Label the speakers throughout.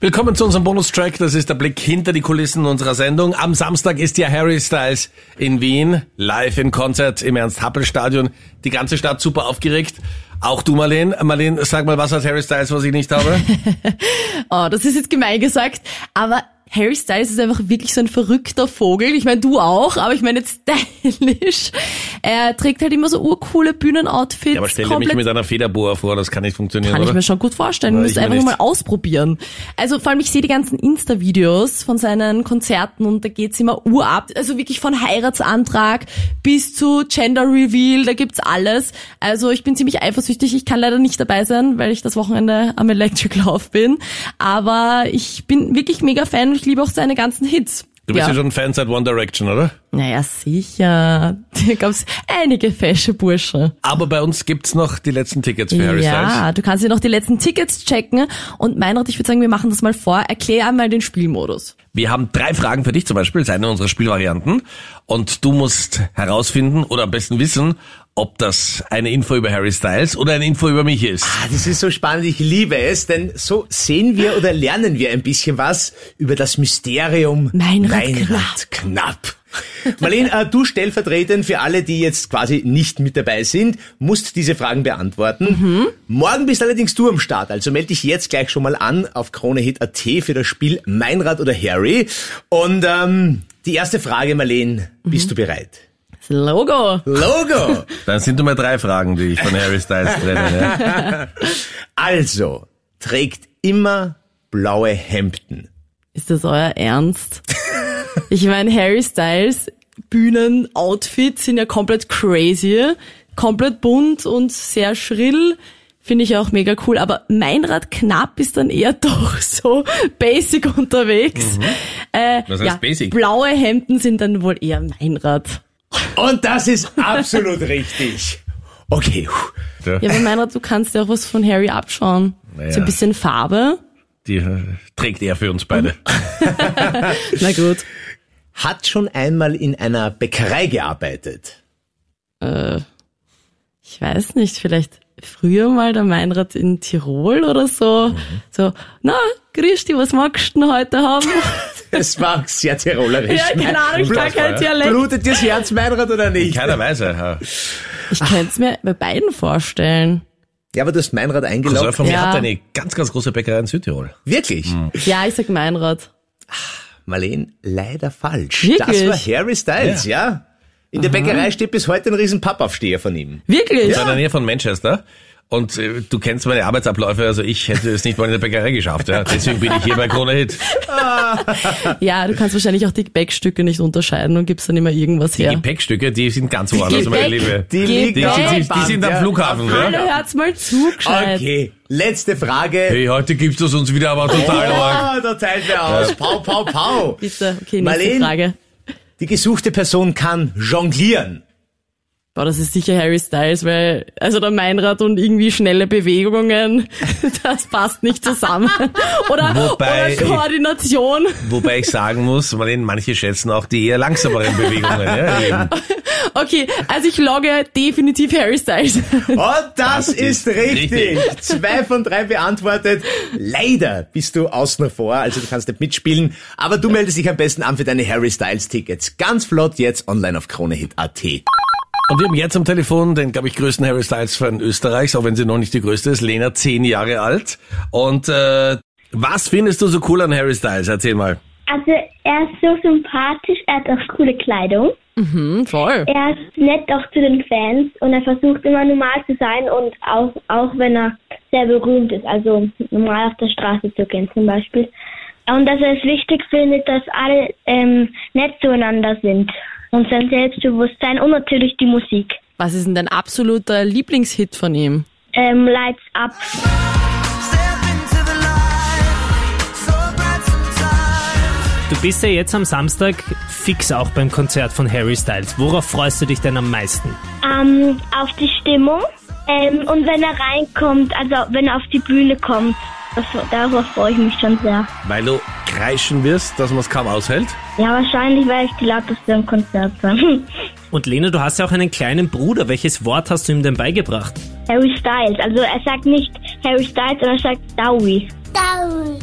Speaker 1: Willkommen zu unserem Bonustrack. Das ist der Blick hinter die Kulissen unserer Sendung. Am Samstag ist ja Harry Styles in Wien, live in Konzert im Ernst-Happel-Stadion. Die ganze Stadt super aufgeregt. Auch du, Marleen. Marleen, sag mal was als Harry Styles, was ich nicht habe.
Speaker 2: Oh, das ist jetzt gemein gesagt, aber Harry Styles ist einfach wirklich so ein verrückter Vogel. Ich meine, du auch, aber ich meine jetzt stylisch. Er trägt halt immer so urcoole Bühnenoutfits.
Speaker 1: Ja, aber stell dir mich
Speaker 2: komplett-
Speaker 1: mit einer Federboa vor, das kann nicht funktionieren,
Speaker 2: kann ich
Speaker 1: oder?
Speaker 2: mir schon gut vorstellen.
Speaker 1: Na,
Speaker 2: Wir
Speaker 1: ich
Speaker 2: müssen
Speaker 1: mir
Speaker 2: einfach
Speaker 1: nicht.
Speaker 2: mal ausprobieren. Also vor allem, ich sehe die ganzen Insta-Videos von seinen Konzerten und da geht's immer urab. Also wirklich von Heiratsantrag bis zu Gender Reveal, da gibt's alles. Also ich bin ziemlich eifersüchtig. Ich kann leider nicht dabei sein, weil ich das Wochenende am Electric Love bin. Aber ich bin wirklich mega Fan und ich liebe auch seine ganzen Hits.
Speaker 1: Du bist ja.
Speaker 2: ja.
Speaker 1: schon Fan seit One Direction, oder?
Speaker 2: Naja, sicher. Da gab's einige fesche Burschen.
Speaker 1: Aber bei uns gibt's noch die letzten Tickets für Harry Styles.
Speaker 2: Ja, du kannst dir noch die letzten Tickets checken. Und Meinrad, ich würde sagen, wir machen das mal vor. Erklär einmal den Spielmodus.
Speaker 1: Wir haben drei Fragen für dich zum Beispiel, das ist eine unserer Spielvarianten. Und du musst herausfinden oder am besten wissen, ob das eine Info über Harry Styles oder eine Info über mich ist.
Speaker 3: Ah, das ist so spannend, ich liebe es, denn so sehen wir oder lernen wir ein bisschen was über das Mysterium
Speaker 2: Meinrad
Speaker 3: Meinrad Knapp. Marlene, äh, du stellvertretend für alle, die jetzt quasi nicht mit dabei sind, musst diese Fragen beantworten. Morgen bist allerdings du am Start, also melde dich jetzt gleich schon mal an auf KroneHit.at für das Spiel Meinrad oder Harry. Und ähm, die erste Frage, Marlene, bist du bereit?
Speaker 2: Das Logo.
Speaker 3: Logo!
Speaker 1: Dann sind nur mal drei Fragen, die ich von Harry Styles trenne. ne? Ja.
Speaker 3: Also, trägt immer blaue Hemden.
Speaker 2: Ist das euer Ernst? Ich meine, Harry Styles Bühnenoutfits sind ja komplett crazy, komplett bunt und sehr schrill. Finde ich auch mega cool. Aber Meinrad Knapp ist dann eher doch so basic unterwegs. Äh,
Speaker 1: Mhm. Was heißt
Speaker 2: ja,
Speaker 1: basic?
Speaker 2: Blaue Hemden sind dann wohl eher Meinrad.
Speaker 3: Und das ist absolut richtig. Okay, puh.
Speaker 2: Ja, aber Meinrad, du kannst ja auch was von Harry abschauen.
Speaker 1: Naja.
Speaker 2: So ein bisschen Farbe.
Speaker 1: Die äh, trägt er für uns beide.
Speaker 2: Na gut.
Speaker 3: hat schon einmal in einer Bäckerei gearbeitet.
Speaker 2: Ich weiß nicht, vielleicht früher mal der Meinrad in Tirol oder so.
Speaker 1: Mhm.
Speaker 2: So, na, Christi, was magst du denn heute haben?
Speaker 3: Das war sehr tirolerisch.
Speaker 2: ja, keine Ahnung, ich kann kein Dialekt.
Speaker 3: Blutet dir das Herz, Meinrad, oder nicht?
Speaker 1: Keiner weiß ja.
Speaker 2: Ich könnte es mir bei beiden vorstellen.
Speaker 3: Ja, aber du hast Meinrad
Speaker 1: Also
Speaker 3: eingeloggt.
Speaker 1: von mir
Speaker 2: Ja.
Speaker 1: hat er eine ganz, ganz große Bäckerei in Südtirol.
Speaker 3: Wirklich?
Speaker 2: Ja, ich sag Meinrad.
Speaker 3: Marleen, leider falsch.
Speaker 2: Wirklich?
Speaker 3: Das war Harry Styles, ja. In der Bäckerei steht bis heute ein riesen Pappaufsteher von ihm.
Speaker 2: Wirklich?
Speaker 1: Das war in der Nähe von Manchester. Und äh, du kennst meine Arbeitsabläufe, also ich hätte es nicht mal in der Bäckerei geschafft. Ja. Deswegen bin ich hier bei Krone Hit.
Speaker 2: Ja, du kannst wahrscheinlich auch die Gebäckstücke nicht unterscheiden und gibst dann immer irgendwas
Speaker 1: Die
Speaker 2: her.
Speaker 1: Gepäckstücke, die sind ganz woanders,
Speaker 2: Gepäck-
Speaker 1: meine Liebe.
Speaker 3: Die,
Speaker 2: Geht
Speaker 3: liegt
Speaker 1: Die,
Speaker 2: weg.
Speaker 3: auf
Speaker 1: die,
Speaker 3: dem
Speaker 1: die,
Speaker 3: Band,
Speaker 1: sind am
Speaker 3: ja.
Speaker 1: Flughafen.
Speaker 2: Hallo,
Speaker 1: Ja.
Speaker 2: hört's mal zu, gescheit.
Speaker 3: Okay, letzte Frage.
Speaker 1: Hey, heute gibst du es uns wieder aber total arg.
Speaker 3: Ah, da teilt wer aus. Pau, pau, pau.
Speaker 2: Bitte, okay, nächste
Speaker 3: Marleen?
Speaker 2: Frage.
Speaker 3: Die gesuchte Person kann jonglieren.
Speaker 2: Boah, das ist sicher Harry Styles, weil, also der Meinrad und irgendwie schnelle Bewegungen, das passt nicht zusammen. Oder,
Speaker 1: Wobei-
Speaker 2: oder Koordination.
Speaker 1: Wobei ich sagen muss, Marlene, manche schätzen auch die eher langsameren Bewegungen. Ja, eben.
Speaker 2: Okay, also ich logge definitiv Harry Styles.
Speaker 3: Und das, ist richtig.
Speaker 1: richtig.
Speaker 3: Zwei von drei beantwortet. Leider bist du außen vor, also du kannst nicht mitspielen. Aber du meldest dich am besten an für deine Harry Styles Tickets. Ganz flott jetzt online auf kronehit.at.
Speaker 1: Und wir haben jetzt am Telefon den, glaube ich, größten Harry Styles-Fan Österreichs, auch wenn sie noch nicht die größte ist, Lena, zehn Jahre alt. Und äh, was findest du so cool an Harry Styles? Erzähl mal.
Speaker 4: Also er ist so sympathisch, er hat auch coole Kleidung.
Speaker 2: Hm, Voll.
Speaker 4: Er ist nett auch zu den Fans und er versucht immer normal zu sein und auch, auch wenn er sehr berühmt ist, also normal auf der Straße zu gehen zum Beispiel. Und dass er es wichtig findet, dass alle ähm, nett zueinander sind und sein Selbstbewusstsein und natürlich die Musik.
Speaker 2: Was ist denn dein absoluter Lieblingshit von ihm?
Speaker 4: Ähm, Lights Up
Speaker 5: Step into the light, so bright sometimes.
Speaker 6: Du bist ja jetzt am Samstag fix auch beim Konzert von Harry Styles. Worauf freust du dich denn am meisten?
Speaker 4: ähm, auf die Stimmung ähm, und wenn er reinkommt, also wenn er auf die Bühne kommt, das, darauf freue ich mich schon sehr.
Speaker 1: Weil du kreischen wirst, dass man es kaum aushält.
Speaker 4: Ja, wahrscheinlich, weil ich die lauteste im Konzert bin.
Speaker 6: Und Lena, du hast ja auch einen kleinen Bruder. Welches Wort hast du ihm denn beigebracht?
Speaker 4: Harry Styles. Also er sagt nicht Harry Styles, sondern er sagt Dowie.
Speaker 7: Down,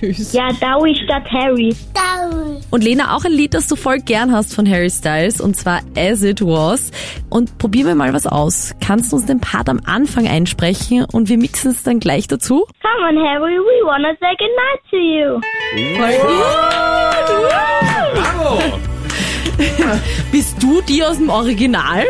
Speaker 2: Süß.
Speaker 4: Ja, Dowie statt Harry.
Speaker 7: down,
Speaker 2: Und Lena, auch ein Lied, das du voll gern hast von Harry Styles, und zwar As It Was. Und probieren wir mal was aus. Kannst du uns den Part am Anfang einsprechen und wir mixen es dann gleich dazu?
Speaker 4: Come on, Harry, we wanna say goodnight to you.
Speaker 1: Bravo!
Speaker 2: Bist du die aus dem Original?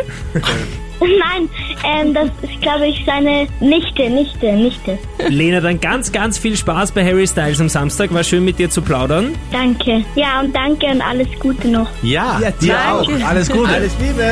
Speaker 4: Nein, ähm, das ist, glaube ich, seine Nichte, Nichte, Nichte.
Speaker 6: Lena, dann ganz, ganz viel Spaß bei Harry Styles am Samstag. War schön mit dir zu plaudern.
Speaker 4: Danke. Ja, und danke und alles Gute noch.
Speaker 1: Ja,
Speaker 3: Ja,
Speaker 1: dir
Speaker 3: danke.
Speaker 1: auch. Alles Gute.
Speaker 3: Alles Liebe.